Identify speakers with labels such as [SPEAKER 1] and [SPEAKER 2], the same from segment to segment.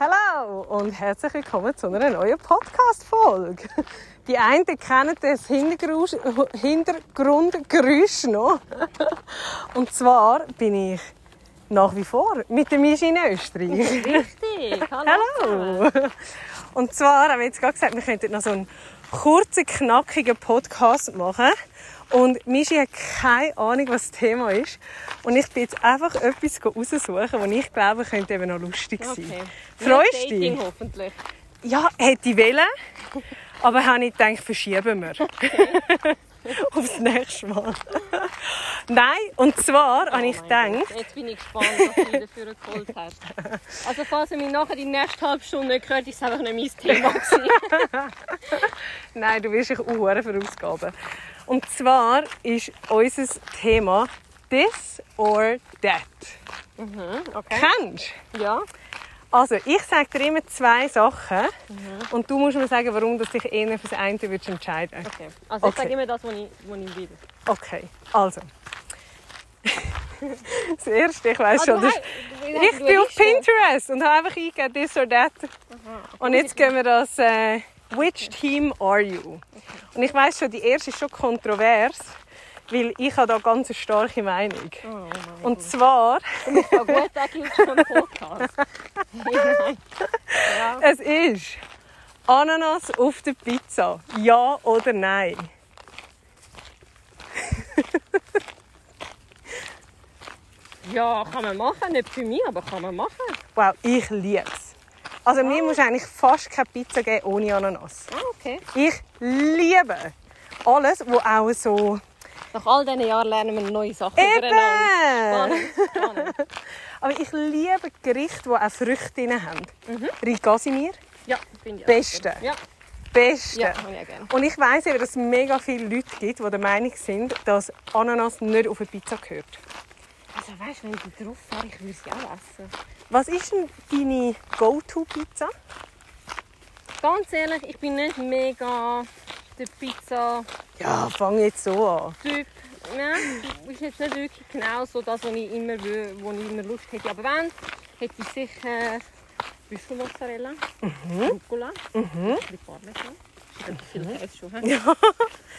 [SPEAKER 1] Hallo und herzlich willkommen zu einer neuen Podcast-Folge. Die einen kennen das Hintergrus- Hintergrundgeräusch noch. Und zwar bin ich nach wie vor mit dem Mischi in Österreich.
[SPEAKER 2] Richtig. Hallo.
[SPEAKER 1] Hallo! Und zwar haben wir jetzt gerade gesagt, wir könnten noch so einen kurzen, knackigen Podcast machen. Und Mischi hat keine Ahnung, was das Thema ist. Und ich bin jetzt einfach etwas raussuchen, das ich glaube, könnte eben noch lustig sein.
[SPEAKER 2] Okay.
[SPEAKER 1] Freust du dich?
[SPEAKER 2] Dating hoffentlich.
[SPEAKER 1] Ja, hätte ich wollen. Aber habe ich gedacht, verschieben wir. Aufs nächste Mal. Nein, und zwar habe ich
[SPEAKER 2] Oh mein
[SPEAKER 1] gedacht,
[SPEAKER 2] Gott, Jetzt bin ich gespannt, was du dafür geholt hast. Also falls ihr mich nachher die nächste halbe Stunde nicht hört, ist es einfach nicht mein Thema gewesen.
[SPEAKER 1] Nein, du wirst dich auch für Ausgaben. Und zwar ist unser Thema This or That.
[SPEAKER 2] Okay.
[SPEAKER 1] Kennst du?
[SPEAKER 2] Ja.
[SPEAKER 1] Also, ich sage dir immer zwei Sachen und du musst mir sagen, warum du dich eher für das eine würdest entscheiden
[SPEAKER 2] Okay. Also ich
[SPEAKER 1] Okay.
[SPEAKER 2] sage immer das, was ich, was ich will.
[SPEAKER 1] Okay, also. das erste, ich
[SPEAKER 2] Also, Ah,
[SPEAKER 1] weiß schon, das ist, ich bin auf Pinterest und habe einfach eingegeben This or That. Und jetzt gehen wir das äh, Which Team Are You? Und ich weiß schon, die erste ist schon kontrovers, weil ich habe da ganz eine starke Meinung. Und zwar,
[SPEAKER 2] Oh, gut, sage ich schon Podcast. ja.
[SPEAKER 1] es ist Ananas auf der Pizza. Ja oder nein?
[SPEAKER 2] ja, kann man machen. Nicht für mich, aber kann man machen.
[SPEAKER 1] Wow, ich liebe es. Also mir muss eigentlich fast keine Pizza geben ohne Ananas.
[SPEAKER 2] Ah, okay.
[SPEAKER 1] Ich liebe alles, wo auch so
[SPEAKER 2] Nach all diesen Jahren lernen wir neue Sachen übereinander.
[SPEAKER 1] eben.
[SPEAKER 2] Spannend, spannend.
[SPEAKER 1] Aber ich liebe Gerichte, die auch Früchte drin haben.
[SPEAKER 2] Mhm.
[SPEAKER 1] Rigasimir,
[SPEAKER 2] Ja, finde ich. auch
[SPEAKER 1] Beste.
[SPEAKER 2] gut. Ja,
[SPEAKER 1] beste.
[SPEAKER 2] ja, habe ich auch gerne.
[SPEAKER 1] Und ich weiss eben, dass es mega viele Leute gibt, die der Meinung sind, dass Ananas nicht auf eine Pizza gehört.
[SPEAKER 2] Also weißt du, wenn ich drauf wäre, ich würde sie auch essen.
[SPEAKER 1] Was ist denn deine Go-To-Pizza?
[SPEAKER 2] Ganz ehrlich, ich bin nicht mega der Pizza-Typ.
[SPEAKER 1] Ja, fang jetzt so an.
[SPEAKER 2] Nein, ist jetzt nicht wirklich genau so das, was ich immer, wö- wo ich immer Lust hätte. Aber wenn, hätte ich sicher Büschel eh, Mozzarella, Rucola, ein bisschen Parmesan. Ist ein bisschen Käse schon. hä?
[SPEAKER 1] Ja.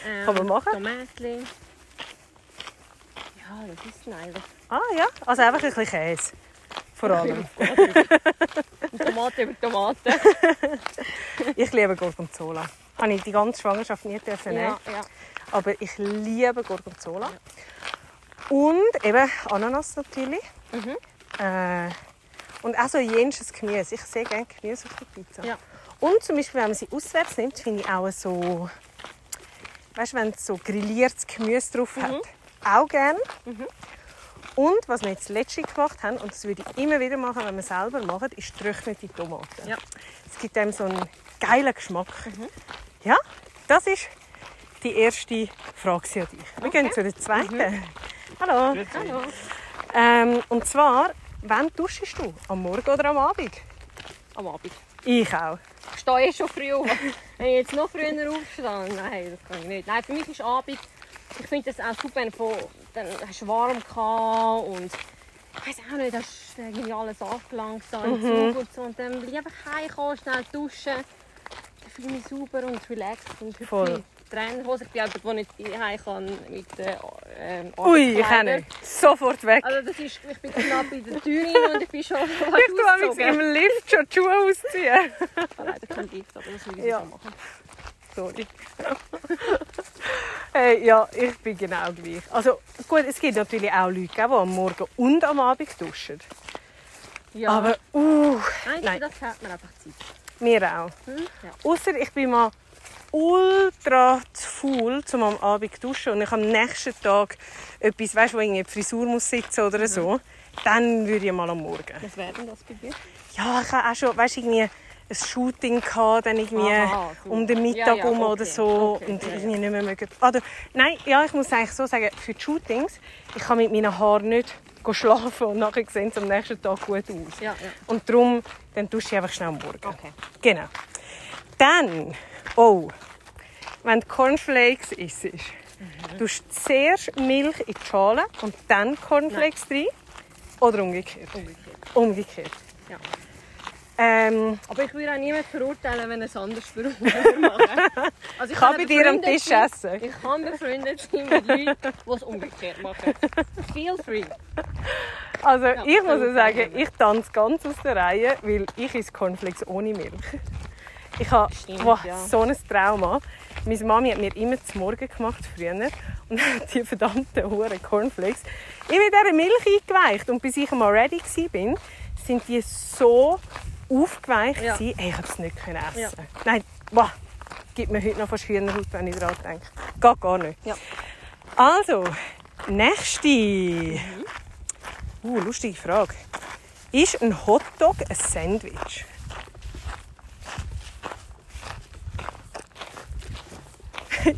[SPEAKER 2] Ähm,
[SPEAKER 1] Kann man machen.
[SPEAKER 2] Tomatli. Ja, das ist es eigentlich.
[SPEAKER 1] Ah ja, also einfach ein bisschen Käse. Vor allem.
[SPEAKER 2] Und Tomate über Tomate.
[SPEAKER 1] Ich liebe Gorgonzola. Habe ich die ganze Schwangerschaft nie dürfen nehmen.
[SPEAKER 2] ja, ja.
[SPEAKER 1] Aber ich liebe Gorgonzola. Und eben Ananas natürlich.
[SPEAKER 2] Mhm.
[SPEAKER 1] Äh, und auch so jensches Gemüse. Ich sehe gerne Gemüse auf der Pizza.
[SPEAKER 2] Ja.
[SPEAKER 1] Und zum Beispiel, wenn man sie auswärts nimmt, finde ich auch so. Weißt du, wenn es so grilliertes Gemüse drauf hat.
[SPEAKER 2] Mhm.
[SPEAKER 1] Auch gerne. Und was wir jetzt letztens gemacht haben, und das würde ich immer wieder machen, wenn wir selber machen, ist getrocknete Tomaten.
[SPEAKER 2] Ja.
[SPEAKER 1] Es gibt einem so einen geilen Geschmack. Ja, das ist die erste Frage an dich. Wir gehen zu der zweiten. Hallo.
[SPEAKER 2] Mhm. Hallo.
[SPEAKER 1] Ähm, und zwar, wann duschst du? Am Morgen oder am Abend?
[SPEAKER 2] Am Abend.
[SPEAKER 1] Ich auch.
[SPEAKER 2] Ich stehe schon früh auf. Wenn ich jetzt noch früher aufstehe, nein, das kann ich nicht. Nein, für mich ist Abend, ich finde das auch super, wenn du- dann hast du warm gehabt und ich weiß auch nicht, hast du irgendwie alles angelangt so im
[SPEAKER 1] Mhm.
[SPEAKER 2] Zug und so und dann will ich einfach heimkommen, schnell duschen, dann fühle ich mich sauber und relaxed und
[SPEAKER 1] Voll.
[SPEAKER 2] hüpfe Trennhose. Ich bin jemand, der nicht heim kann mit den ähm,
[SPEAKER 1] Ui, ich auch
[SPEAKER 2] Arbeitskleidern.
[SPEAKER 1] nicht. Sofort weg.
[SPEAKER 2] Also das ist, ich bin knapp in der Tür rein und ich bin schon
[SPEAKER 1] Ich tue manchmal im
[SPEAKER 2] ausgezogen.
[SPEAKER 1] Lift schon die Schuhe ausziehen.
[SPEAKER 2] Ah, Leider kein Gift, aber das will ich
[SPEAKER 1] Ja.
[SPEAKER 2] so machen.
[SPEAKER 1] Sorry. hey, ja, ich bin genau gleich. Also gut, es gibt natürlich auch Leute, die am Morgen und am Abend duschen.
[SPEAKER 2] Ja.
[SPEAKER 1] Aber uh,
[SPEAKER 2] Nein,
[SPEAKER 1] Nein.
[SPEAKER 2] für das hat man einfach Zeit.
[SPEAKER 1] mir auch.
[SPEAKER 2] Hm? Ja.
[SPEAKER 1] Außer ich bin mal ultra zu faul, um am Abend zu duschen und ich am nächsten Tag etwas, weißt, wo irgendwie die Frisur muss sitzen oder so,
[SPEAKER 2] Mhm.
[SPEAKER 1] dann würde ich mal am Morgen.
[SPEAKER 2] Was wäre denn das bei dir?
[SPEAKER 1] Ja, ich habe auch schon, weißt, irgendwie ein Shooting gehabt, dann irgendwie
[SPEAKER 2] Aha, du.
[SPEAKER 1] um den Mittag
[SPEAKER 2] Ja, ja,
[SPEAKER 1] rum
[SPEAKER 2] okay.
[SPEAKER 1] oder so
[SPEAKER 2] Okay,
[SPEAKER 1] und
[SPEAKER 2] ja, ja.
[SPEAKER 1] irgendwie nicht mehr mögen. Oder, nein, ja, ich muss eigentlich so sagen, für die Shootings, ich kann mit meinen Haaren nicht gehen schlafen und nachher sehen sie am nächsten Tag gut aus.
[SPEAKER 2] Ja, ja.
[SPEAKER 1] Und darum, dann dusche ich einfach schnell am Morgen.
[SPEAKER 2] Okay.
[SPEAKER 1] Genau. Dann, oh, wenn du Cornflakes isst, du zuerst Milch in die Schale und dann Cornflakes rein. Oder umgekehrt?
[SPEAKER 2] Umgekehrt.
[SPEAKER 1] Umgekehrt.
[SPEAKER 2] Ja.
[SPEAKER 1] Ähm,
[SPEAKER 2] Aber ich würde auch niemanden verurteilen, wenn er es anders verurteilt. Also
[SPEAKER 1] Kann bei dir am
[SPEAKER 2] befreundet
[SPEAKER 1] Tisch
[SPEAKER 2] sein-
[SPEAKER 1] essen.
[SPEAKER 2] Ich kann befreundet sein mit Leuten, die es umgekehrt machen. Feel free.
[SPEAKER 1] also
[SPEAKER 2] Ja,
[SPEAKER 1] ich muss ja
[SPEAKER 2] sehr
[SPEAKER 1] sagen,
[SPEAKER 2] gut.
[SPEAKER 1] ich tanze ganz aus der Reihe, weil ich esse Cornflakes ohne Milch. Ich habe
[SPEAKER 2] Stimmt,
[SPEAKER 1] boah,
[SPEAKER 2] ja.
[SPEAKER 1] so ein Trauma. Meine Mami hat mir immer zum Morgen gemacht früher und hat die verdammten Huren Cornflakes in dieser Milch eingeweicht. Und bis ich mal ready war, sind die so aufgeweicht,
[SPEAKER 2] Ja.
[SPEAKER 1] gewesen, ey, ich konnte es nicht können essen.
[SPEAKER 2] Ja.
[SPEAKER 1] Nein, boah, gibt mir heute noch fast Hühnerhaut, wenn ich daran denke. Geht gar nicht.
[SPEAKER 2] Ja.
[SPEAKER 1] Also, nächste. Uh, lustige Frage. Ist ein Hotdog ein Sandwich?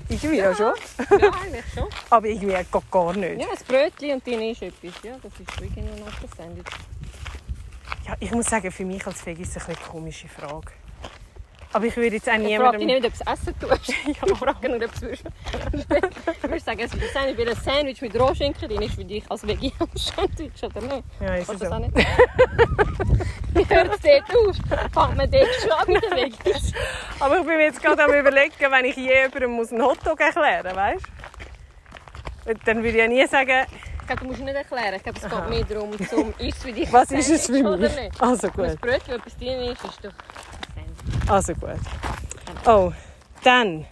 [SPEAKER 1] irgendwie ja. schon,
[SPEAKER 2] Ja, eigentlich schon.
[SPEAKER 1] aber irgendwie geht gar nicht.
[SPEAKER 2] Ja, ein Brötchen und drin ist etwas. Ja, das ist wirklich noch ein Sandwich.
[SPEAKER 1] Ja, ich muss sagen, für mich als Veggie ist das eine bisschen komische Frage. Aber ich würde jetzt auch
[SPEAKER 2] Ich frage
[SPEAKER 1] niemandem...
[SPEAKER 2] dich nicht, ob du es essen tust. Ich frage nur, ob du es würdest. Ich würde sagen, es ist ein Sandwich, weil ein Sandwich mit Rohschinken drin ist für dich als Veggie ein Sandwich, oder nicht?
[SPEAKER 1] Ja, ist
[SPEAKER 2] Oder
[SPEAKER 1] so.
[SPEAKER 2] das auch nicht? Wie hört es dort auf? Fangt man dort schon an mit den Veggies?
[SPEAKER 1] Aber ich bin mir jetzt gerade am überlegen, wenn ich jemandem muss einen Hotdog erklären muss, weißt du? Dann würde ich ja nie sagen,
[SPEAKER 2] Ich glaube, du musst nicht erklären. Ich glaube, es geht mehr darum, zum ist es für dich
[SPEAKER 1] was
[SPEAKER 2] ein
[SPEAKER 1] ist es für
[SPEAKER 2] Sandwich,
[SPEAKER 1] mich?
[SPEAKER 2] Oder nicht?
[SPEAKER 1] Also
[SPEAKER 2] Und ein
[SPEAKER 1] gut,
[SPEAKER 2] Brötchen, wo etwas drin ist, ist doch ein Sandwich.
[SPEAKER 1] also gut. Oh, dann.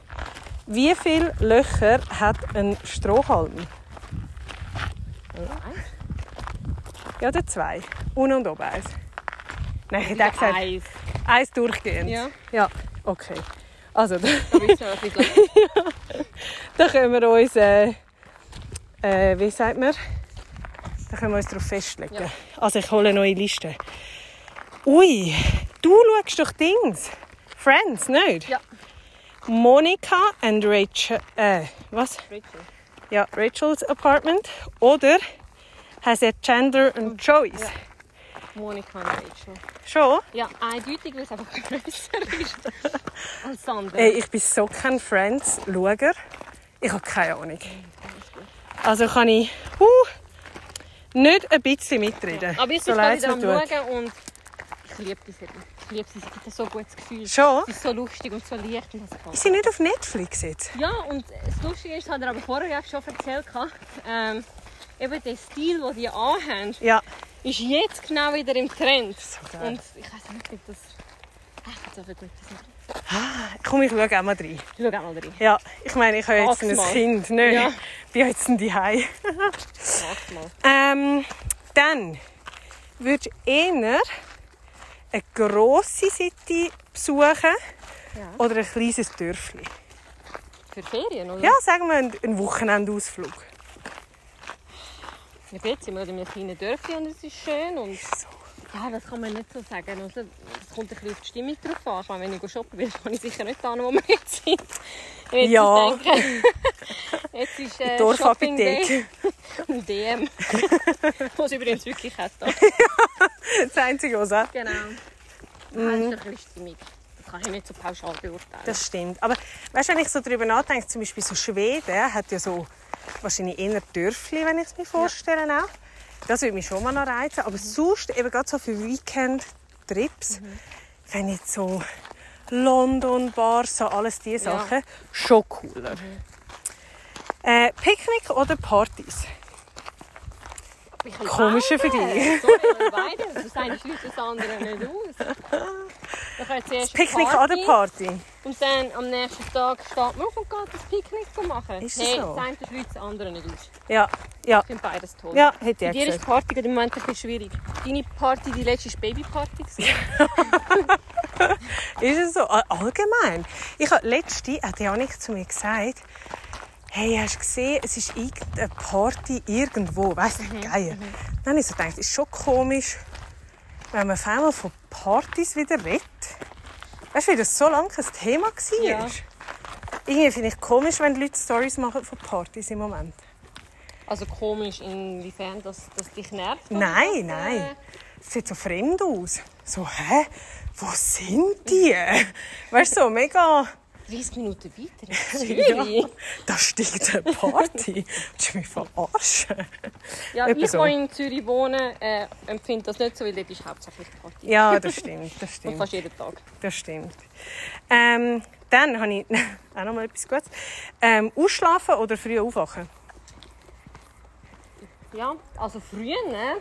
[SPEAKER 1] Wie viele Löcher hat ein Strohhalm?
[SPEAKER 2] Eins?
[SPEAKER 1] Ja, oder zwei. Unten und oben eins. Nein, ich hätte
[SPEAKER 2] Wieder
[SPEAKER 1] gesagt,
[SPEAKER 2] Eins.
[SPEAKER 1] eins durchgehend.
[SPEAKER 2] Ja.
[SPEAKER 1] Ja, okay. Also,
[SPEAKER 2] Da wissen wir, was wir glauben.
[SPEAKER 1] Da können wir uns, äh, äh, wie sagt man, da können wir uns darauf festlegen.
[SPEAKER 2] Ja.
[SPEAKER 1] Also ich hole eine neue Liste. Ui, du schaust doch Dings. Friends, nicht?
[SPEAKER 2] Ja.
[SPEAKER 1] Monica and Rachel, äh, was?
[SPEAKER 2] Brötchen.
[SPEAKER 1] Ja, Rachel's Apartment. Oder heißt er Chandler and Joyce?
[SPEAKER 2] Ja. Monika und Rachel.
[SPEAKER 1] Schon?
[SPEAKER 2] Ja, eindeutig, weil es einfach grösser ist als das andere.
[SPEAKER 1] Ey, ich bin so kein Friends-Schauer. Ich habe keine Ahnung. Also kann ich huh, nicht ein bisschen mitreden.
[SPEAKER 2] Aber ich
[SPEAKER 1] so
[SPEAKER 2] bin gerade
[SPEAKER 1] leid
[SPEAKER 2] wieder am
[SPEAKER 1] es mir tut.
[SPEAKER 2] Schauen und ich liebe die Serie. Ich liebe sie, sie gibt ein so gutes Gefühl.
[SPEAKER 1] Schon?
[SPEAKER 2] Sie ist so lustig und so leicht und das kann.
[SPEAKER 1] Ist sie nicht auf Netflix jetzt?
[SPEAKER 2] Ja, und das Lustige ist, das hat er aber vorher ja schon erzählt, gehabt, ähm, eben der Stil, den die anhaben,
[SPEAKER 1] Ja.
[SPEAKER 2] ist jetzt genau wieder im Trend.
[SPEAKER 1] geil.
[SPEAKER 2] und ich weiß nicht, ob das... Ich finde es einfach gut. dass ich-
[SPEAKER 1] Komm, ich schaue auch mal rein.
[SPEAKER 2] Ich schau auch mal rein.
[SPEAKER 1] Ja, ich meine, ich habe jetzt
[SPEAKER 2] Mag's
[SPEAKER 1] ein
[SPEAKER 2] mal.
[SPEAKER 1] Kind. Nicht?
[SPEAKER 2] Ja.
[SPEAKER 1] Ich bin jetzt die Hai.
[SPEAKER 2] Mach's mal.
[SPEAKER 1] Ähm, dann würdest du eher eine grosse City besuchen
[SPEAKER 2] Ja.
[SPEAKER 1] oder ein kleines Dörfli?
[SPEAKER 2] Für Ferien, oder?
[SPEAKER 1] Ja, sagen wir einen- einen Wochenendausflug.
[SPEAKER 2] Ja, Jetzt sind wir in einem kleinen Dörfchen und es ist schön. Und
[SPEAKER 1] So.
[SPEAKER 2] ja, das kann man nicht so sagen. Also, es kommt ein bisschen auf die Stimmung drauf an. Ich meine, wenn ich shoppen will, kann ich sicher nicht da, wo wir jetzt sind. Wenn ich
[SPEAKER 1] Ja.
[SPEAKER 2] jetzt denke, jetzt ist äh, Shopping Day
[SPEAKER 1] Dorfapotheke.
[SPEAKER 2] im DM. Was übrigens wirklich hat. da.
[SPEAKER 1] Das Einzige, was auch.
[SPEAKER 2] Genau. Mhm. Das ist ein bisschen Stimmung. Das kann ich nicht so pauschal beurteilen.
[SPEAKER 1] Das stimmt. Aber weißt du, wenn ich so darüber nachdenke, zum Beispiel so Schweden hat ja so wahrscheinlich eher Dörfli, wenn ich es mir vorstelle. Auch. Das würde mich schon mal noch reizen.
[SPEAKER 2] Mhm.
[SPEAKER 1] Aber sonst, eben gerade so für Weekend-Trips, wenn jetzt so London, Bar, so alles diese
[SPEAKER 2] Ja. Mhm.
[SPEAKER 1] Sachen, schon cooler. Äh, Picknick oder Partys?
[SPEAKER 2] Ich kann
[SPEAKER 1] Komische
[SPEAKER 2] beide.
[SPEAKER 1] für dich.
[SPEAKER 2] Sorry, ich kann beide. Das eine schließt das andere nicht aus. Wir können zuerst
[SPEAKER 1] Picknick
[SPEAKER 2] Party.
[SPEAKER 1] oder Party?
[SPEAKER 2] Und dann am nächsten Tag steht man auf und geht das Picknick zu machen.
[SPEAKER 1] Ist das
[SPEAKER 2] hey,
[SPEAKER 1] so?
[SPEAKER 2] das eine schließt das andere nicht aus.
[SPEAKER 1] Ja, ja,
[SPEAKER 2] Ich finde beides toll.
[SPEAKER 1] ja, hätte
[SPEAKER 2] Bei
[SPEAKER 1] ich auch
[SPEAKER 2] dir ist
[SPEAKER 1] gesagt.
[SPEAKER 2] Party gerade im Moment ein bisschen schwierig. Deine Party, die letzte war Babyparty. gewesen.
[SPEAKER 1] ist es so? All- Allgemein. Ich habe letzte hat Janik zu mir gesagt, hey, hast du gesehen, es ist irgendeine Party irgendwo, weißt du, geil. Dann habe ich so gedacht, ist schon komisch, wenn man auf einmal von Partys wieder redet. Weißt du, wie das so lange ein Thema war?
[SPEAKER 2] Ja.
[SPEAKER 1] Irgendwie finde ich komisch, wenn die Leute Stories machen von Partys im Moment.
[SPEAKER 2] Also komisch, inwiefern das, das dich nervt? oder?
[SPEAKER 1] Nein, nein. Es sieht so fremd aus. So, hä? Wo sind die? Weißt du, so mega.
[SPEAKER 2] 30 Minuten weiter. in Zürich.
[SPEAKER 1] da steigt eine Party. Willst du mich verarschen?
[SPEAKER 2] Ja,
[SPEAKER 1] Etwa
[SPEAKER 2] ich,
[SPEAKER 1] so.
[SPEAKER 2] so. die in Zürich wohne, äh, empfinde das nicht so, weil dort ist hauptsächlich Party.
[SPEAKER 1] Ja, das stimmt, das
[SPEAKER 2] Und
[SPEAKER 1] stimmt.
[SPEAKER 2] fast jeden Tag.
[SPEAKER 1] Das stimmt. Ähm, dann habe ich auch noch mal etwas Gutes. Ähm, ausschlafen oder früh aufwachen?
[SPEAKER 2] Ja, also früher ne,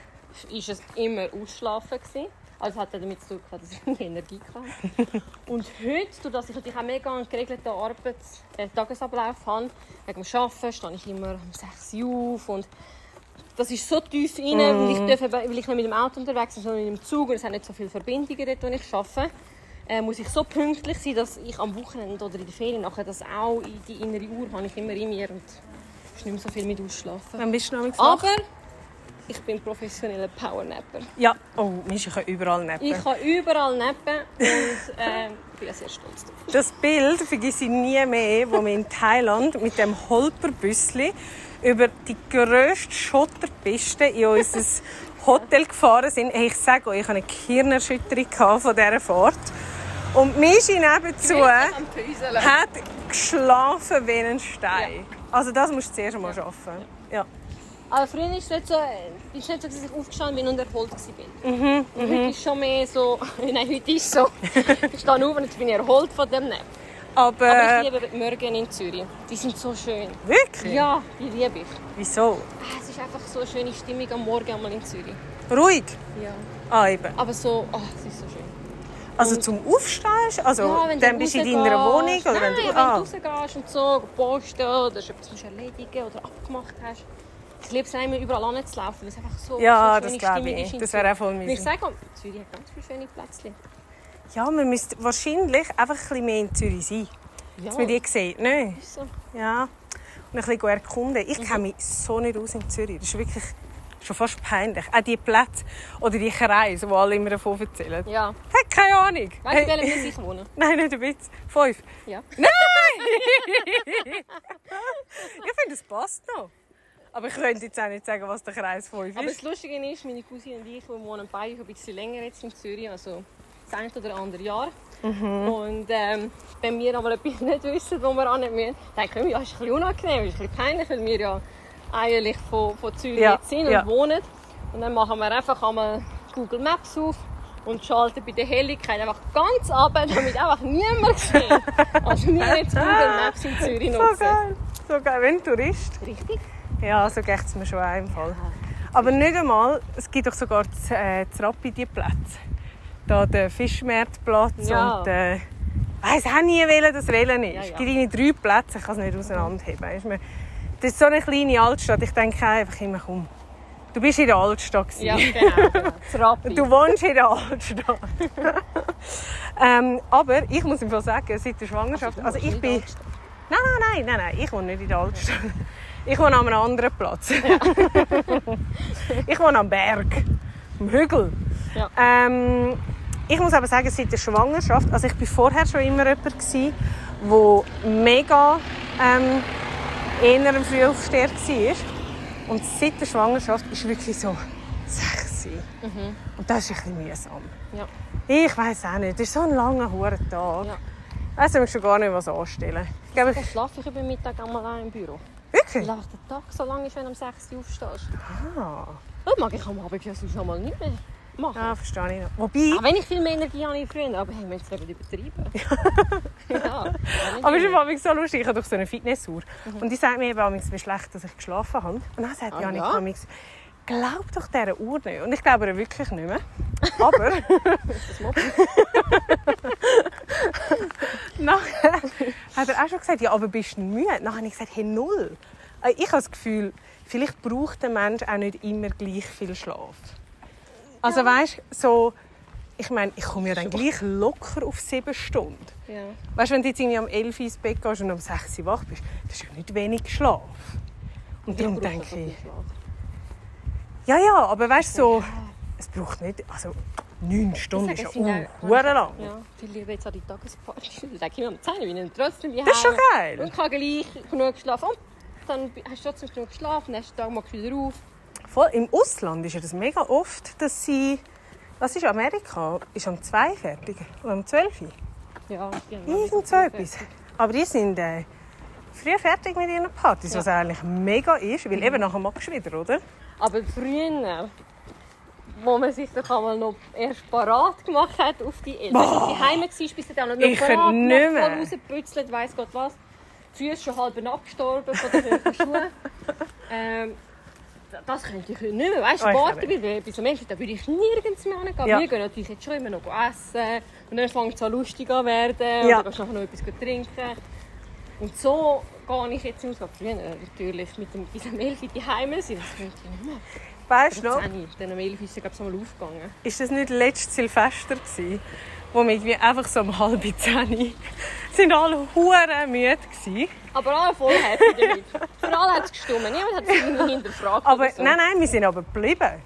[SPEAKER 2] war es immer ausschlafen. Gewesen. Also es hat ja damit zu tun, gehabt, dass ich nie Energie hatte. Und heute, dadurch, dass ich natürlich auch mega einen geregelten Arbeits äh, Tagesablauf habe, wegen dem Arbeiten stehe ich immer um 6 Uhr auf und das ist so tief rein, weil, ich darf, eben- weil ich nicht mit dem Auto unterwegs bin, sondern mit dem Zug und es hat nicht so viele Verbindungen dort, wo ich arbeite. Äh, muss ich so pünktlich sein, dass ich am Wochenende oder in der Ferien nachher das auch in die innere Uhr habe ich immer in mir und es ist nicht mehr so viel mit Ausschlafen.
[SPEAKER 1] Wann bist du noch wach?
[SPEAKER 2] Aber ich bin professioneller Powernapper.
[SPEAKER 1] Ja, oh, Menschen können überall nappen.
[SPEAKER 2] Ich kann überall nappen und äh, bin sehr stolz drauf.
[SPEAKER 1] Das Bild vergesse ich nie mehr, wo wir in Thailand mit dem Holperbüssli über die grösste Schotterpiste in unser Hotel gefahren sind. Hey, ich sage euch, ich hatte eine Gehirnerschütterung gehabt von dieser Fahrt. Und Michi nebenzu
[SPEAKER 2] Am Pöseln.
[SPEAKER 1] hat geschlafen wie ein Stein. Also das musst du zuerst mal schaffen. Ja.
[SPEAKER 2] Aber früher war es nicht so, äh, ist nicht so, dass ich aufgestanden bin und erholt war. und heute ist schon mehr so, nein, heute ist so, ich stehe auf und jetzt bin ich erholt von dem Nap. Aber ich
[SPEAKER 1] Aber
[SPEAKER 2] liebe die Morgen in Zürich. Die sind so schön.
[SPEAKER 1] wirklich?
[SPEAKER 2] Ja, die liebe ich.
[SPEAKER 1] Wieso?
[SPEAKER 2] Ah, Es ist einfach so eine schöne Stimmung am Morgen einmal in Zürich.
[SPEAKER 1] Ruhig.
[SPEAKER 2] Ja.
[SPEAKER 1] Ah, eben.
[SPEAKER 2] Aber so, ah, es ist so schön.
[SPEAKER 1] Also zum Aufstehen, also dann bist du in deiner Wohnung
[SPEAKER 2] rausgehst.
[SPEAKER 1] oder
[SPEAKER 2] Nein,
[SPEAKER 1] wenn du, Ah.
[SPEAKER 2] wenn du rausgehst und so posten oder etwas musst erledigen oder abgemacht hast. Ich liebe es auch immer, überall hinzulaufen, weil es einfach so
[SPEAKER 1] Ja,
[SPEAKER 2] so
[SPEAKER 1] das
[SPEAKER 2] schöne
[SPEAKER 1] glaube
[SPEAKER 2] Stimmung
[SPEAKER 1] ich.
[SPEAKER 2] ist in
[SPEAKER 1] Das wäre auch voll
[SPEAKER 2] Zürich.
[SPEAKER 1] müde.
[SPEAKER 2] Ich sage, auch, Zürich hat ganz viele schöne Plätzchen.
[SPEAKER 1] Ja, man müsste wahrscheinlich einfach ein bisschen mehr in Zürich sein.
[SPEAKER 2] Ja,
[SPEAKER 1] Dass man die sieht, ne?
[SPEAKER 2] ist so.
[SPEAKER 1] Ja. Und ein bisschen erkunden.
[SPEAKER 2] Mhm.
[SPEAKER 1] Ich kenne mich so nicht aus in Zürich. Das ist wirklich schon fast peinlich. Auch die Plätze oder die Kreise, die alle immer davon erzählen. Ja.
[SPEAKER 2] Ja.
[SPEAKER 1] Hat keine Ahnung.
[SPEAKER 2] Weißt du, in
[SPEAKER 1] Hey.
[SPEAKER 2] welchem Haus ich wohne?
[SPEAKER 1] Nein, nicht ein bisschen. Fünf.
[SPEAKER 2] Ja.
[SPEAKER 1] Ich finde, es passt noch. Aber ich könnte jetzt auch nicht sagen, was der Kreis 5
[SPEAKER 2] Aber
[SPEAKER 1] ist.
[SPEAKER 2] das Lustige ist, meine Cousine und ich wir wohnen beide ein bisschen länger jetzt in Zürich, also das eine oder andere Jahr.
[SPEAKER 1] Mhm.
[SPEAKER 2] Und ähm, wenn wir aber etwas nicht wissen, wo wir hin müssen, dann können wir, ja, ist ein bisschen unangenehm, ist ein bisschen peinlich, weil wir ja eigentlich von, von Zürich
[SPEAKER 1] Ja,
[SPEAKER 2] jetzt sind und
[SPEAKER 1] ja.
[SPEAKER 2] wohnen. Und dann machen wir einfach einmal Google Maps auf und schalten bei der Helligkeit einfach ganz ab, damit einfach niemand sieht. Also wir jetzt Google Maps in Zürich
[SPEAKER 1] So
[SPEAKER 2] nutzen.
[SPEAKER 1] geil. So geil. Wenn du Tourist.
[SPEAKER 2] Richtig?
[SPEAKER 1] Ja, so geht es mir schon auch im Fall. Aber nicht einmal, es gibt doch sogar zu äh, zu Rappi die Plätze. Da der Fischmarktplatz
[SPEAKER 2] Ja.
[SPEAKER 1] und äh, weiß auch nie, welcher das welcher ist.
[SPEAKER 2] Ja,
[SPEAKER 1] Es
[SPEAKER 2] ja.
[SPEAKER 1] gibt irgendwie drei Plätze, ich kann es nicht auseinanderheben. Weisst du, man- Das ist so eine kleine Altstadt, ich denke einfach immer, komm, du bist in der Altstadt gewesen.
[SPEAKER 2] Ja, genau. genau. Das Rappi.
[SPEAKER 1] Du wohnst in der Altstadt. ähm, aber ich muss ihm sagen, seit der Schwangerschaft, also ich bin... Nein, nein, nein, nein, nein, ich wohne nicht in der Altstadt. Ich wohne an einem anderen Platz. ich wohne am Berg, am Hügel.
[SPEAKER 2] Ja.
[SPEAKER 1] Ähm, ich muss aber sagen, seit der Schwangerschaft, also ich bin vorher schon immer jemand, gewesen, wo mega ähm, eher ein Frühaufsteher war. Und seit der Schwangerschaft ist wirklich so sexy. Und das ist ein bisschen mühsam.
[SPEAKER 2] Ja.
[SPEAKER 1] Ich weiß auch nicht, es ist so ein langer, hoher Tag.
[SPEAKER 2] Ja.
[SPEAKER 1] Weiss ich schon gar nicht, was anstellen. Ich glaube,
[SPEAKER 2] Dann schlafe ich über Mittag einmal auch im Büro.
[SPEAKER 1] ich- wirklich?
[SPEAKER 2] Weil einfach der Tag so lang ist, wenn du um 6 Uhr aufstehst.
[SPEAKER 1] Ah,
[SPEAKER 2] Das mag ich am Abend ja sonst schon mal nicht mehr machen.
[SPEAKER 1] ja, verstehe ich noch. Wobei,
[SPEAKER 2] Auch wenn ich viel mehr Energie habe als früher, aber hey, wir haben es eben übertrieben. ja.
[SPEAKER 1] aber es ist manchmal so lustig, ich habe doch so eine Fitnessuhr. Und die sagt mir eben manchmal, wie schlecht dass ich geschlafen habe. Und dann sagt
[SPEAKER 2] Mhm. Ah,
[SPEAKER 1] Janik
[SPEAKER 2] ja?
[SPEAKER 1] manchmal, glaub doch dieser Uhr nicht. Und ich glaube ihr wirklich nicht mehr. Aber... Nachher hat er auch schon gesagt, ja, aber bist du müde? Nachher habe ich gesagt, hey, null. Äh, Ich habe das Gefühl, vielleicht braucht der Mensch auch nicht immer gleich viel Schlaf. Also weißt du, so, ich meine, ich komme ja dann gleich locker auf sieben Stunden.
[SPEAKER 2] Ja.
[SPEAKER 1] Weißt du, wenn du jetzt irgendwie am 11 Uhr ins Bett gehst und am 6 Uhr wach bist, das ist ja nicht wenig Schlaf. Und darum
[SPEAKER 2] brauche
[SPEAKER 1] denke
[SPEAKER 2] so viel
[SPEAKER 1] ich,
[SPEAKER 2] Schlaf.
[SPEAKER 1] ja, ja, aber weißt du, so, es braucht nicht, also neun Stunden ist
[SPEAKER 2] Ich
[SPEAKER 1] ja
[SPEAKER 2] sage, es sind auch-
[SPEAKER 1] unhuere lang.
[SPEAKER 2] Ja, die liebe jetzt an die Tagesparty. Dann sage ich mir am 10 Uhr, ich nehme trotzdem die
[SPEAKER 1] Das ist schon
[SPEAKER 2] Hände.
[SPEAKER 1] geil.
[SPEAKER 2] Und ich habe gleich genug geschlafen. Und dann hast du trotzdem genug geschlafen, nächsten Tag machst du wieder auf.
[SPEAKER 1] Voll, Im Ausland ist ja das mega oft, dass sie, was ist Amerika, ist am 2 fertig oder am 12 Uhr.
[SPEAKER 2] Ja, genau. ja.
[SPEAKER 1] Irgend so etwas. Aber die sind äh, früh fertig mit ihren Partys, was eigentlich mega ist,
[SPEAKER 2] Mhm.
[SPEAKER 1] weil eben nachher magst du wieder, oder?
[SPEAKER 2] Aber früher, wo man sich doch einmal noch erst parat gemacht hat auf die Eltern, die Heime war, bist du dann auch noch
[SPEAKER 1] Ich könnte nicht mehr.
[SPEAKER 2] rausgepützelt, weiss Gott was. Die Füße schon halb abgestorben von den hohen Schuhen. ähm, d- das könnte ich heute nicht mehr. Weißt du,
[SPEAKER 1] Oh, ich
[SPEAKER 2] warten
[SPEAKER 1] glaube
[SPEAKER 2] bis, bis am Ende, da würde ich nirgends mehr hingehen.
[SPEAKER 1] Ja.
[SPEAKER 2] Wir gehen natürlich jetzt schon immer noch essen. Und dann fängt es an lustig an werden.
[SPEAKER 1] Ja.
[SPEAKER 2] Und dann gehst du nachher noch etwas trinken. Und so gehe ich jetzt im Ausgang. Früher natürlich mit dem, bis am 11 Uhr die Heime sind. Das könnte ich nicht mehr.
[SPEAKER 1] Weißt du
[SPEAKER 2] No.
[SPEAKER 1] noch?
[SPEAKER 2] Dann am 11 Uhr ist es, glaub ich, einmal aufgegangen.
[SPEAKER 1] ist das nicht letztes Silvester gsi, wo wir irgendwie einfach so um halb zehn sind alle hure müde gsi.
[SPEAKER 2] Aber alle voll happy damit. Für alle hat es gestimmt. Niemand hat es irgendwie hinterfragt.
[SPEAKER 1] Aber
[SPEAKER 2] oder so.
[SPEAKER 1] nein, nein, wir sind aber geblieben.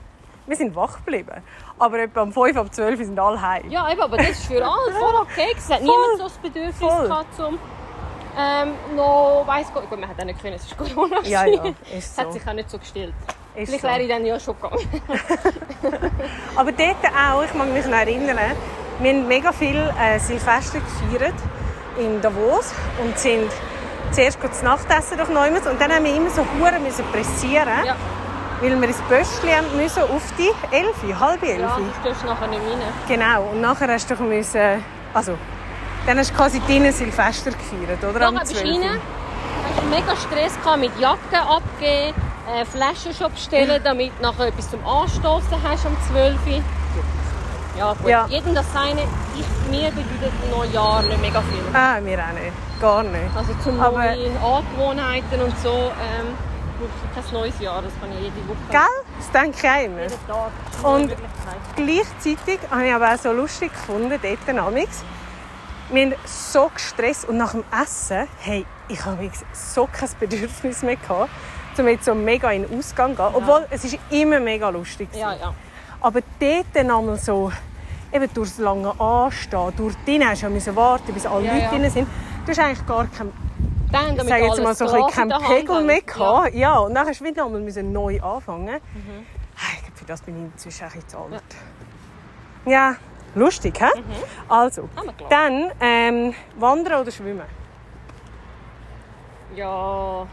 [SPEAKER 1] Wir sind wach geblieben. Aber etwa um 5 ab 12 sind alle heim.
[SPEAKER 2] Ja, eben, aber das ist für alle voll okay. Es hat niemand so das Bedürfnis
[SPEAKER 1] Voll.
[SPEAKER 2] gehabt, um ähm, noch, weiss Gott, gut, man hat auch nicht können, es ist Corona.
[SPEAKER 1] Ja, ja, ist
[SPEAKER 2] Es hat
[SPEAKER 1] so.
[SPEAKER 2] sich auch nicht so gestellt.
[SPEAKER 1] Ist
[SPEAKER 2] Vielleicht
[SPEAKER 1] so.
[SPEAKER 2] wäre ich dann ja schon gegangen.
[SPEAKER 1] Aber dort auch, ich mag mich noch erinnern, wir haben mega viel äh, Silvester gefeiert in Davos und sind zuerst kurz Nachtessen durch Neumanns und dann haben wir immer so hure müssen pressieren,
[SPEAKER 2] Ja,
[SPEAKER 1] weil wir ins Böschli haben müssen auf die 11, halb 11.
[SPEAKER 2] ja du stehst nachher nicht rein.
[SPEAKER 1] Genau, und nachher hast du doch müssen, also, dann hast du quasi deinen Silvester gefeiert, oder? Am
[SPEAKER 2] Nachher bist du
[SPEAKER 1] 12.
[SPEAKER 2] rein, hast mega Stress gehabt mit Jacken abgeben, äh, Flaschen schon bestellen, damit du nachher etwas zum Anstoßen hast am 12. Uhr. Ja, gut.
[SPEAKER 1] Ja.
[SPEAKER 2] Jedem das seine. Ich, mir bedeutet Neujahr nicht mega viel.
[SPEAKER 1] Ah, wir auch nicht. Gar nicht.
[SPEAKER 2] Also zum
[SPEAKER 1] Aber-
[SPEAKER 2] neuen Angewohnheiten und so. Ähm, brauche ich kein neues Jahr, das kann ich jede Woche.
[SPEAKER 1] Gell? Das denke ich auch immer.
[SPEAKER 2] Jeden Tag.
[SPEAKER 1] Und-
[SPEAKER 2] Neue Möglichkeiten.
[SPEAKER 1] Gleichzeitig habe ich aber auch so lustig gefunden, dort amigs. Wir haben so gestresst und nach dem Essen, hey, ich habe amigs so kein Bedürfnis mehr gehabt, um jetzt so mega in den Ausgang zu gehen. Obwohl, es ist immer mega lustig gewesen.
[SPEAKER 2] Ja, ja.
[SPEAKER 1] Aber dort dann einmal so, eben durch das lange Anstehen, durch den hast du ja müssen warten, bis alle
[SPEAKER 2] Ja,
[SPEAKER 1] Leute
[SPEAKER 2] ja.
[SPEAKER 1] drin sind. Du hast eigentlich gar kein,
[SPEAKER 2] Dann, damit
[SPEAKER 1] ich sage jetzt
[SPEAKER 2] alles
[SPEAKER 1] mal so ein bisschen
[SPEAKER 2] Glas in
[SPEAKER 1] keinen
[SPEAKER 2] der Hand
[SPEAKER 1] Pegel
[SPEAKER 2] haben.
[SPEAKER 1] mehr
[SPEAKER 2] Ja.
[SPEAKER 1] gehabt. Ja. und dann musst du wieder einmal müssen neu anfangen.
[SPEAKER 2] Mhm.
[SPEAKER 1] Hey, ich glaube, für das bin ich inzwischen auch ein bisschen zu alt. Ja, lustig, hä?
[SPEAKER 2] Mhm.
[SPEAKER 1] Also,
[SPEAKER 2] Haben wir gelernt.
[SPEAKER 1] dann ähm, wandern oder schwimmen?
[SPEAKER 2] Ja.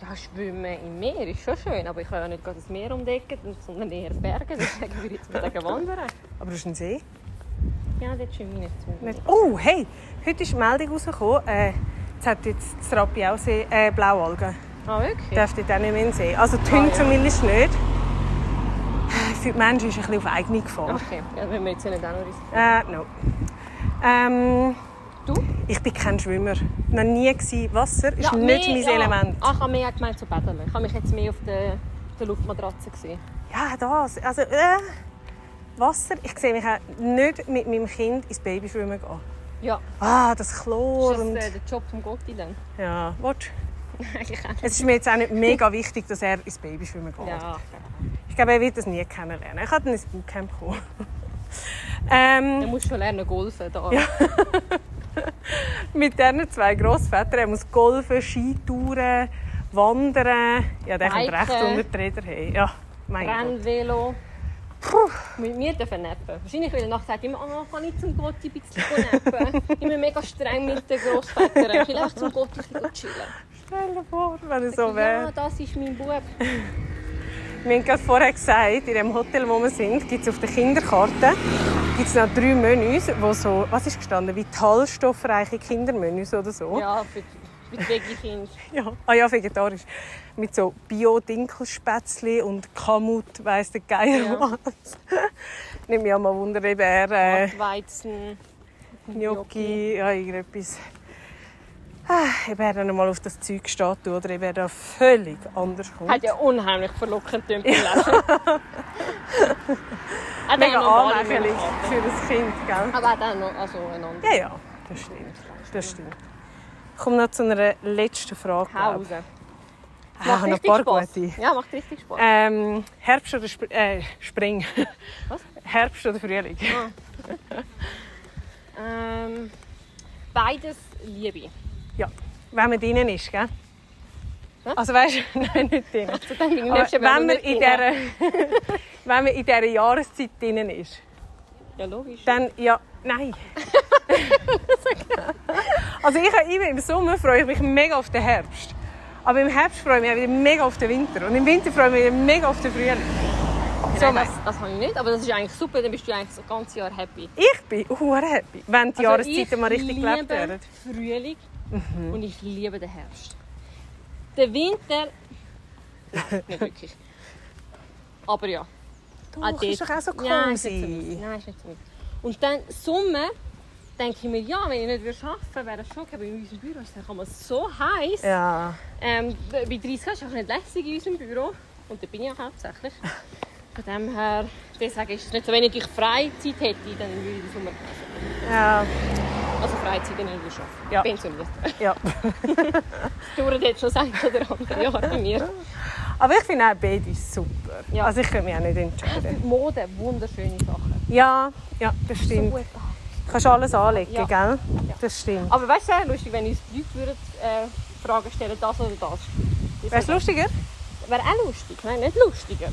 [SPEAKER 2] Ja, schwimmen im Meer ist schon schön, aber ich kann ja nicht gerade das Meer entdecken, sondern eher Berge. Deswegen würde ich jetzt mal sagen, wandern.
[SPEAKER 1] Aber du hast einen See.
[SPEAKER 2] Ja, dort schwimme ich nicht zu.
[SPEAKER 1] Nicht- Oh, hey, heute ist die Meldung rausgekommen, äh, jetzt hat jetzt das Rappi auch See, äh, Blaualgen.
[SPEAKER 2] Ah, wirklich?
[SPEAKER 1] dürft ihr auch nicht mehr sehen. Also die Hunde
[SPEAKER 2] Ah, ja.
[SPEAKER 1] zumindest nicht. Für die Menschen ist es ein bisschen auf eigene Gefahr.
[SPEAKER 2] Okay, ja, wenn wir jetzt nicht auch noch
[SPEAKER 1] Äh,
[SPEAKER 2] riskieren.
[SPEAKER 1] no. Ähm,
[SPEAKER 2] Du?
[SPEAKER 1] ich bin kein Schwimmer. Noch nie gewesen. Wasser ist
[SPEAKER 2] Ja,
[SPEAKER 1] nicht
[SPEAKER 2] mehr-
[SPEAKER 1] mein
[SPEAKER 2] ja. Ah,
[SPEAKER 1] Element.
[SPEAKER 2] Ach, ich habe mehr gemeint zu baden. Ich habe mich jetzt mehr auf der, auf der Luftmatratze gesehen.
[SPEAKER 1] Ja, das. Also, äh, Wasser. Ich sehe mich auch nicht mit meinem Kind ins Babyschwimmen gehen.
[SPEAKER 2] Ja,
[SPEAKER 1] Oh. Ah, das Chlor
[SPEAKER 2] ist das
[SPEAKER 1] und...
[SPEAKER 2] äh, der Job vom Gotti dann?
[SPEAKER 1] Ja, watch.
[SPEAKER 2] Eigentlich auch.
[SPEAKER 1] Es ist mir jetzt auch nicht mega wichtig, dass er ins Babyschwimmen geht.
[SPEAKER 2] Ja.
[SPEAKER 1] Ich glaube, er wird das nie kennenlernen. Er kann dann ins Bootcamp kommen. ähm,
[SPEAKER 2] Dann musst du schon lernen, golfen. Da.
[SPEAKER 1] mit diesen zwei Grossvätern. Er muss golfen, Skitouren, wandern. Ja, der kommt
[SPEAKER 2] Biken.
[SPEAKER 1] recht unter die Räder haben. Ja, mein Gott.
[SPEAKER 2] Rennvelo.
[SPEAKER 1] Puh.
[SPEAKER 2] Mit mir dürfen nappen. Wahrscheinlich, weil er nachher sagt, immer, ah, kann ich zum Gotti ein bisschen nappen? immer mega streng mit den Grossvätern. Vielleicht zum Gotti ein bisschen chillen.
[SPEAKER 1] Stell dir vor, wenn es so
[SPEAKER 2] ja,
[SPEAKER 1] wäre.
[SPEAKER 2] das ist mein Bub.
[SPEAKER 1] Wir haben gerade vorher gesagt, in dem Hotel, wo wir sind, gibt es auf der Kinderkarte gibt's noch drei Menüs, wo so, was ist gestanden, vitalstoffreiche Kindermenüs oder so.
[SPEAKER 2] Ja, für die, für die Veggie-Kinder.
[SPEAKER 1] Ja. Ah ja, vegetarisch. Mit so Bio-Dinkelspätzli und Kamut, weiss der Geier
[SPEAKER 2] Ja.
[SPEAKER 1] was. Nimmt mich auch mal Wunder, eben er... Äh,
[SPEAKER 2] Weizen.
[SPEAKER 1] Gnocchi, ja, irgendetwas. Ah, Ich wäre dann mal auf das Zeug gestanden oder ich wäre da völlig anders gekommen.
[SPEAKER 2] Hat ja unheimlich verlockend dünn gelesen. Hat
[SPEAKER 1] Mega
[SPEAKER 2] auch noch Bali
[SPEAKER 1] anlächerlich
[SPEAKER 2] mitgebracht.
[SPEAKER 1] für das Kind, gell?
[SPEAKER 2] Aber auch noch also ein anderes
[SPEAKER 1] Ja, ja, das stimmt. Das stimmt. Ich komme noch zu einer letzten Frage. glaub.
[SPEAKER 2] Haus.
[SPEAKER 1] Ah, Ich habe noch ein paar gute.
[SPEAKER 2] Ja, macht richtig Spaß.
[SPEAKER 1] Ähm, Herbst oder Sp äh, Spring?
[SPEAKER 2] Was?
[SPEAKER 1] Herbst oder Frühling?
[SPEAKER 2] Ähm, beides liebe ich.
[SPEAKER 1] Ja, wenn man drinnen ist, gell?
[SPEAKER 2] Hä?
[SPEAKER 1] Also weißt du, nein, nicht drinnen.
[SPEAKER 2] So, dann bin ich
[SPEAKER 1] Aber
[SPEAKER 2] nächstes
[SPEAKER 1] wenn
[SPEAKER 2] Mal
[SPEAKER 1] man
[SPEAKER 2] nicht
[SPEAKER 1] in
[SPEAKER 2] drin.
[SPEAKER 1] dieser, wenn man in dieser Jahreszeit drinnen ist,
[SPEAKER 2] Ja, logisch.
[SPEAKER 1] dann ja, nein. also ich habe immer im Sommer freue ich mich mega auf den Herbst. Aber im Herbst freue ich mich auch wieder mega auf den Winter. Und im Winter freue ich mich wieder mega auf den Frühling. So
[SPEAKER 2] Nein, das, das habe ich nicht, aber das ist eigentlich super, dann bist du eigentlich das ganze Jahr happy.
[SPEAKER 1] Ich bin hure happy, wenn die
[SPEAKER 2] Also
[SPEAKER 1] Jahreszeiten mal richtig gelebt werden.
[SPEAKER 2] Ich liebe Frühling und ich liebe den Herbst. Der Winter... Nein, nicht wirklich. Aber ja.
[SPEAKER 1] Du,
[SPEAKER 2] Ah,
[SPEAKER 1] das ist
[SPEAKER 2] dort.
[SPEAKER 1] doch auch so
[SPEAKER 2] Nein, ist nicht so
[SPEAKER 1] cozy.
[SPEAKER 2] meins. Nein, ist nicht so meins. Und dann Sommer denke ich mir, ja, wenn ich nicht arbeiten würde, wäre das schon okay. Aber in unserem Büro ist es dann immer so heiß.
[SPEAKER 1] ja.
[SPEAKER 2] Ähm, bei 30 ist es einfach nicht lässig in unserem Büro. Und da bin ich auch hauptsächlich. Von dem her, deswegen ist es nicht so, wenn ich Freizeit hätte, dann würde ich den Sommer
[SPEAKER 1] ja.
[SPEAKER 2] Also Freizeit in Englisch arbeiten.
[SPEAKER 1] Ja.
[SPEAKER 2] Pensioniert.
[SPEAKER 1] Ja.
[SPEAKER 2] Das dauert jetzt schon das eine oder andere Jahr bei mir.
[SPEAKER 1] Aber ich finde auch beide super.
[SPEAKER 2] Ja.
[SPEAKER 1] Also ich könnte mich auch nicht entscheiden.
[SPEAKER 2] Mode, wunderschöne Sachen.
[SPEAKER 1] Ja, ja, das
[SPEAKER 2] So
[SPEAKER 1] stimmt.
[SPEAKER 2] gut.
[SPEAKER 1] Du kannst alles anlegen,
[SPEAKER 2] Ja.
[SPEAKER 1] gell? Das stimmt.
[SPEAKER 2] Aber weißt du, wäre lustig, wenn uns die Leute würden, äh, Fragen stellen, das oder das.
[SPEAKER 1] Wäre es lustiger?
[SPEAKER 2] Wäre auch lustig. Nein, nicht lustiger.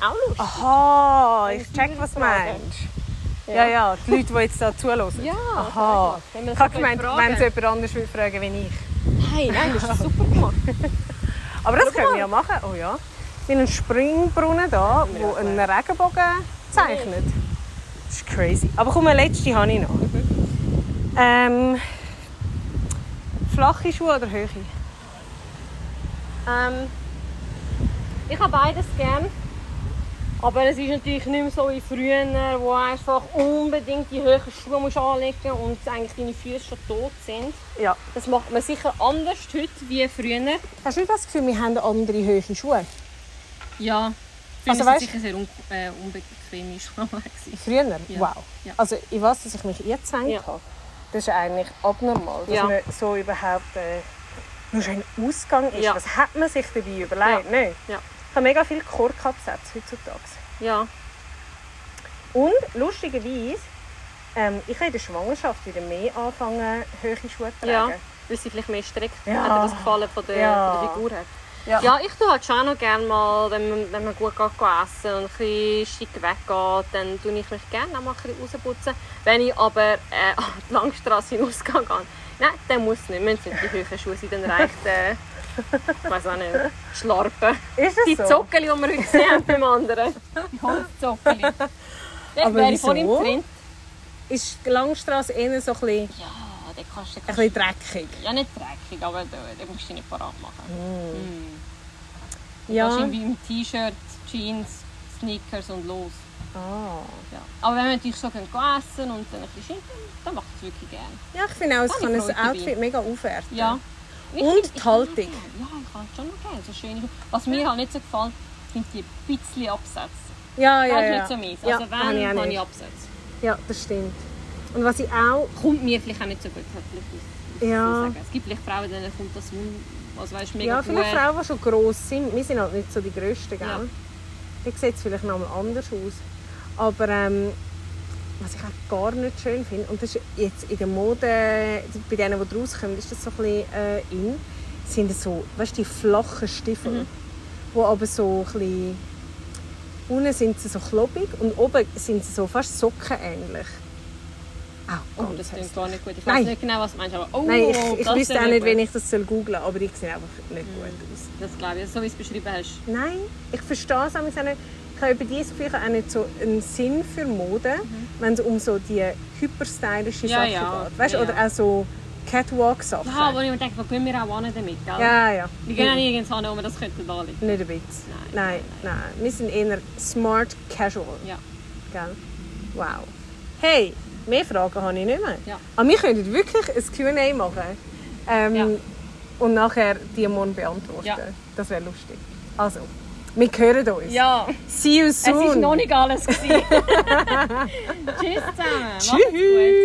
[SPEAKER 2] Auch lustig.
[SPEAKER 1] Aha, ich
[SPEAKER 2] sie
[SPEAKER 1] check,
[SPEAKER 2] würden
[SPEAKER 1] was du
[SPEAKER 2] fragen.
[SPEAKER 1] meinst. Ja, ja, die Leute, die jetzt da zuhören.
[SPEAKER 2] Ja,
[SPEAKER 1] Aha.
[SPEAKER 2] sag mal. Wenn wir
[SPEAKER 1] Ich habe
[SPEAKER 2] so
[SPEAKER 1] gemeint,
[SPEAKER 2] fragen.
[SPEAKER 1] wenn es jemand anders würde fragen wie ich.
[SPEAKER 2] Nein, nein, das ist super gemacht.
[SPEAKER 1] Aber das
[SPEAKER 2] Schau
[SPEAKER 1] können
[SPEAKER 2] mal.
[SPEAKER 1] wir ja machen. Oh ja. Wir haben einen Springbrunnen da, der einen Regenbogen zeichnet. Das ist crazy. Aber komm, eine letzte habe ich noch.
[SPEAKER 2] Mhm.
[SPEAKER 1] Ähm, flache Schuhe oder hohe?
[SPEAKER 2] Ähm, ich habe beides gern. Aber es ist natürlich nicht mehr so wie früher, wo einfach unbedingt die höheren Schuhe musst anlegen und eigentlich deine Füße schon tot sind.
[SPEAKER 1] Ja.
[SPEAKER 2] Das macht man sicher anders heute wie früher.
[SPEAKER 1] Hast du nicht das Gefühl, wir haben andere hohe Schuhe?
[SPEAKER 2] Ja.
[SPEAKER 1] Also sind weißt- sicher
[SPEAKER 2] sehr un äh, unbequeme Schuhe.
[SPEAKER 1] Früher?
[SPEAKER 2] Ja.
[SPEAKER 1] Wow.
[SPEAKER 2] Ja.
[SPEAKER 1] Also ich weiß, dass ich mich eingezeichnet
[SPEAKER 2] Ja.
[SPEAKER 1] habe. Das ist eigentlich abnormal, dass
[SPEAKER 2] Ja.
[SPEAKER 1] man so überhaupt äh, nur schon ein Ausgang ist.
[SPEAKER 2] Ja.
[SPEAKER 1] Was hat man sich dabei überlegt? Nein.
[SPEAKER 2] Ja.
[SPEAKER 1] Ich habe mega viel Korkabsätze heutzutage.
[SPEAKER 2] Ja.
[SPEAKER 1] Und lustigerweise, ähm, ich habe in der Schwangerschaft wieder mehr angefangen, höhere Schuhe zu
[SPEAKER 2] ja.
[SPEAKER 1] tragen.
[SPEAKER 2] Weil sie vielleicht mehr streckt.
[SPEAKER 1] Ja.
[SPEAKER 2] Hat dir das gefallen von der,
[SPEAKER 1] Ja.
[SPEAKER 2] von der Figur her?
[SPEAKER 1] Ja.
[SPEAKER 2] Ja. ich tue halt schon auch noch gerne mal, wenn man, wenn man gut geht, gehen essen und ein bisschen schick weggeht, dann tue ich mich gerne auch mal ein bisschen rausputzen. Wenn ich aber äh, an die Langstrasse hinausgehe, gehe, nein, dann muss es nicht. Müssen nicht die höheren Schuhe sein, dann reicht, äh, ich weiß auch nicht, Schlarpen.
[SPEAKER 1] Ist es
[SPEAKER 2] Die
[SPEAKER 1] so?
[SPEAKER 2] Zockeli, die wir heute gesehen haben beim anderen. Die Holzzockeli.
[SPEAKER 1] Aber
[SPEAKER 2] Der wäre vor ihm
[SPEAKER 1] wieso?
[SPEAKER 2] drin.
[SPEAKER 1] Ist die Langstrasse eher so ein bisschen,
[SPEAKER 2] Ja, den kannst du
[SPEAKER 1] ein bisschen dreckig?
[SPEAKER 2] ja nicht dreckig, aber den, den musst du nicht parat machen.
[SPEAKER 1] Ja.
[SPEAKER 2] Wahrscheinlich im T-Shirt, Jeans, Sneakers und los.
[SPEAKER 1] Ah.
[SPEAKER 2] Ja. Aber wenn wir natürlich so gehen essen und dann ein bisschen schimpfen, dann macht es wirklich gerne.
[SPEAKER 1] Ja, ich finde auch, es
[SPEAKER 2] Kann
[SPEAKER 1] kann
[SPEAKER 2] ich
[SPEAKER 1] ein
[SPEAKER 2] Freude
[SPEAKER 1] Outfit mega aufwerten.
[SPEAKER 2] Ja. Ich
[SPEAKER 1] Und
[SPEAKER 2] find-
[SPEAKER 1] die Haltung.
[SPEAKER 2] Ja, ich kann es schon noch gerne. So schöne Schuhe. Was mir halt nicht so gefällt, sind die bisschen Absätze.
[SPEAKER 1] Ja,
[SPEAKER 2] Das
[SPEAKER 1] ja,
[SPEAKER 2] ist
[SPEAKER 1] ja.
[SPEAKER 2] nicht so meins.
[SPEAKER 1] Ja,
[SPEAKER 2] Also
[SPEAKER 1] habe
[SPEAKER 2] wenn,
[SPEAKER 1] ich auch
[SPEAKER 2] kann
[SPEAKER 1] nicht.
[SPEAKER 2] ich Absätze.
[SPEAKER 1] Ja, das stimmt. Und was ich auch.
[SPEAKER 2] Kommt mir vielleicht auch nicht so gut, hat vielleicht ich- ich
[SPEAKER 1] Ja.
[SPEAKER 2] sagen. Es gibt vielleicht Frauen, denen kommt das un- also, weißt,
[SPEAKER 1] Ja,
[SPEAKER 2] mega gut.
[SPEAKER 1] viele Frauen, die schon gross sind, wir sind halt nicht so die Grössten, gell?
[SPEAKER 2] Ja.
[SPEAKER 1] Da sieht es vielleicht noch mal anders aus. Aber ähm, was ich auch gar nicht schön finde, und das ist jetzt in der Mode, bei denen, die rauskommen, ist das so ein bisschen äh, in, sind so, weißt du, die flachen Stiefel,
[SPEAKER 2] Mhm.
[SPEAKER 1] die aber so ein bisschen, unten sind sie so klobig und oben sind sie so fast sockenähnlich. Auch
[SPEAKER 2] Oh,
[SPEAKER 1] ganz
[SPEAKER 2] das
[SPEAKER 1] hässlich.
[SPEAKER 2] klingt gar nicht gut. Ich
[SPEAKER 1] Nein.
[SPEAKER 2] weiß nicht genau, was du meinst, aber oh,
[SPEAKER 1] Nein, ich, ich
[SPEAKER 2] das
[SPEAKER 1] wüsste
[SPEAKER 2] ist
[SPEAKER 1] auch nicht,
[SPEAKER 2] gut. Mhm.
[SPEAKER 1] wenn ich das soll googeln soll, aber ich sehe einfach nicht gut aus.
[SPEAKER 2] Das glaube ich, so wie du es beschrieben hast.
[SPEAKER 1] Nein, ich verstehe es auch nicht. Ich habe über dieses Gefühl ich habe auch nicht so einen Sinn für Mode, wenn es um so die hyperstylischen
[SPEAKER 2] Mhm. Ja,
[SPEAKER 1] Sachen
[SPEAKER 2] ja.
[SPEAKER 1] geht. Weißt, du,
[SPEAKER 2] Ja,
[SPEAKER 1] Oder
[SPEAKER 2] ja.
[SPEAKER 1] auch so Catwalk-Sachen.
[SPEAKER 2] Ja, aber ich mir denke, wo gehen wir auch hin damit, gell?
[SPEAKER 1] ja, ja.
[SPEAKER 2] Wir gehen auch nirgends hin, wo wir das könnten anlegen.
[SPEAKER 1] Nicht ein bisschen. Nein,
[SPEAKER 2] Nein,
[SPEAKER 1] nein, Wir sind eher smart casual.
[SPEAKER 2] Ja.
[SPEAKER 1] Gell? Wow. Hey, mehr Ah, Fragen habe ich nicht mehr.
[SPEAKER 2] Ja.
[SPEAKER 1] Aber wir könnten wirklich ein Q&A machen. Ähm,
[SPEAKER 2] Ja.
[SPEAKER 1] Und nachher die morgen beantworten.
[SPEAKER 2] Ja.
[SPEAKER 1] Das wäre lustig. Also, wir hören uns.
[SPEAKER 2] Ja,
[SPEAKER 1] See you
[SPEAKER 2] es
[SPEAKER 1] soon.
[SPEAKER 2] ist noch nicht alles. gewesen. Tschüss zusammen. Macht's gut.
[SPEAKER 1] Tschüss.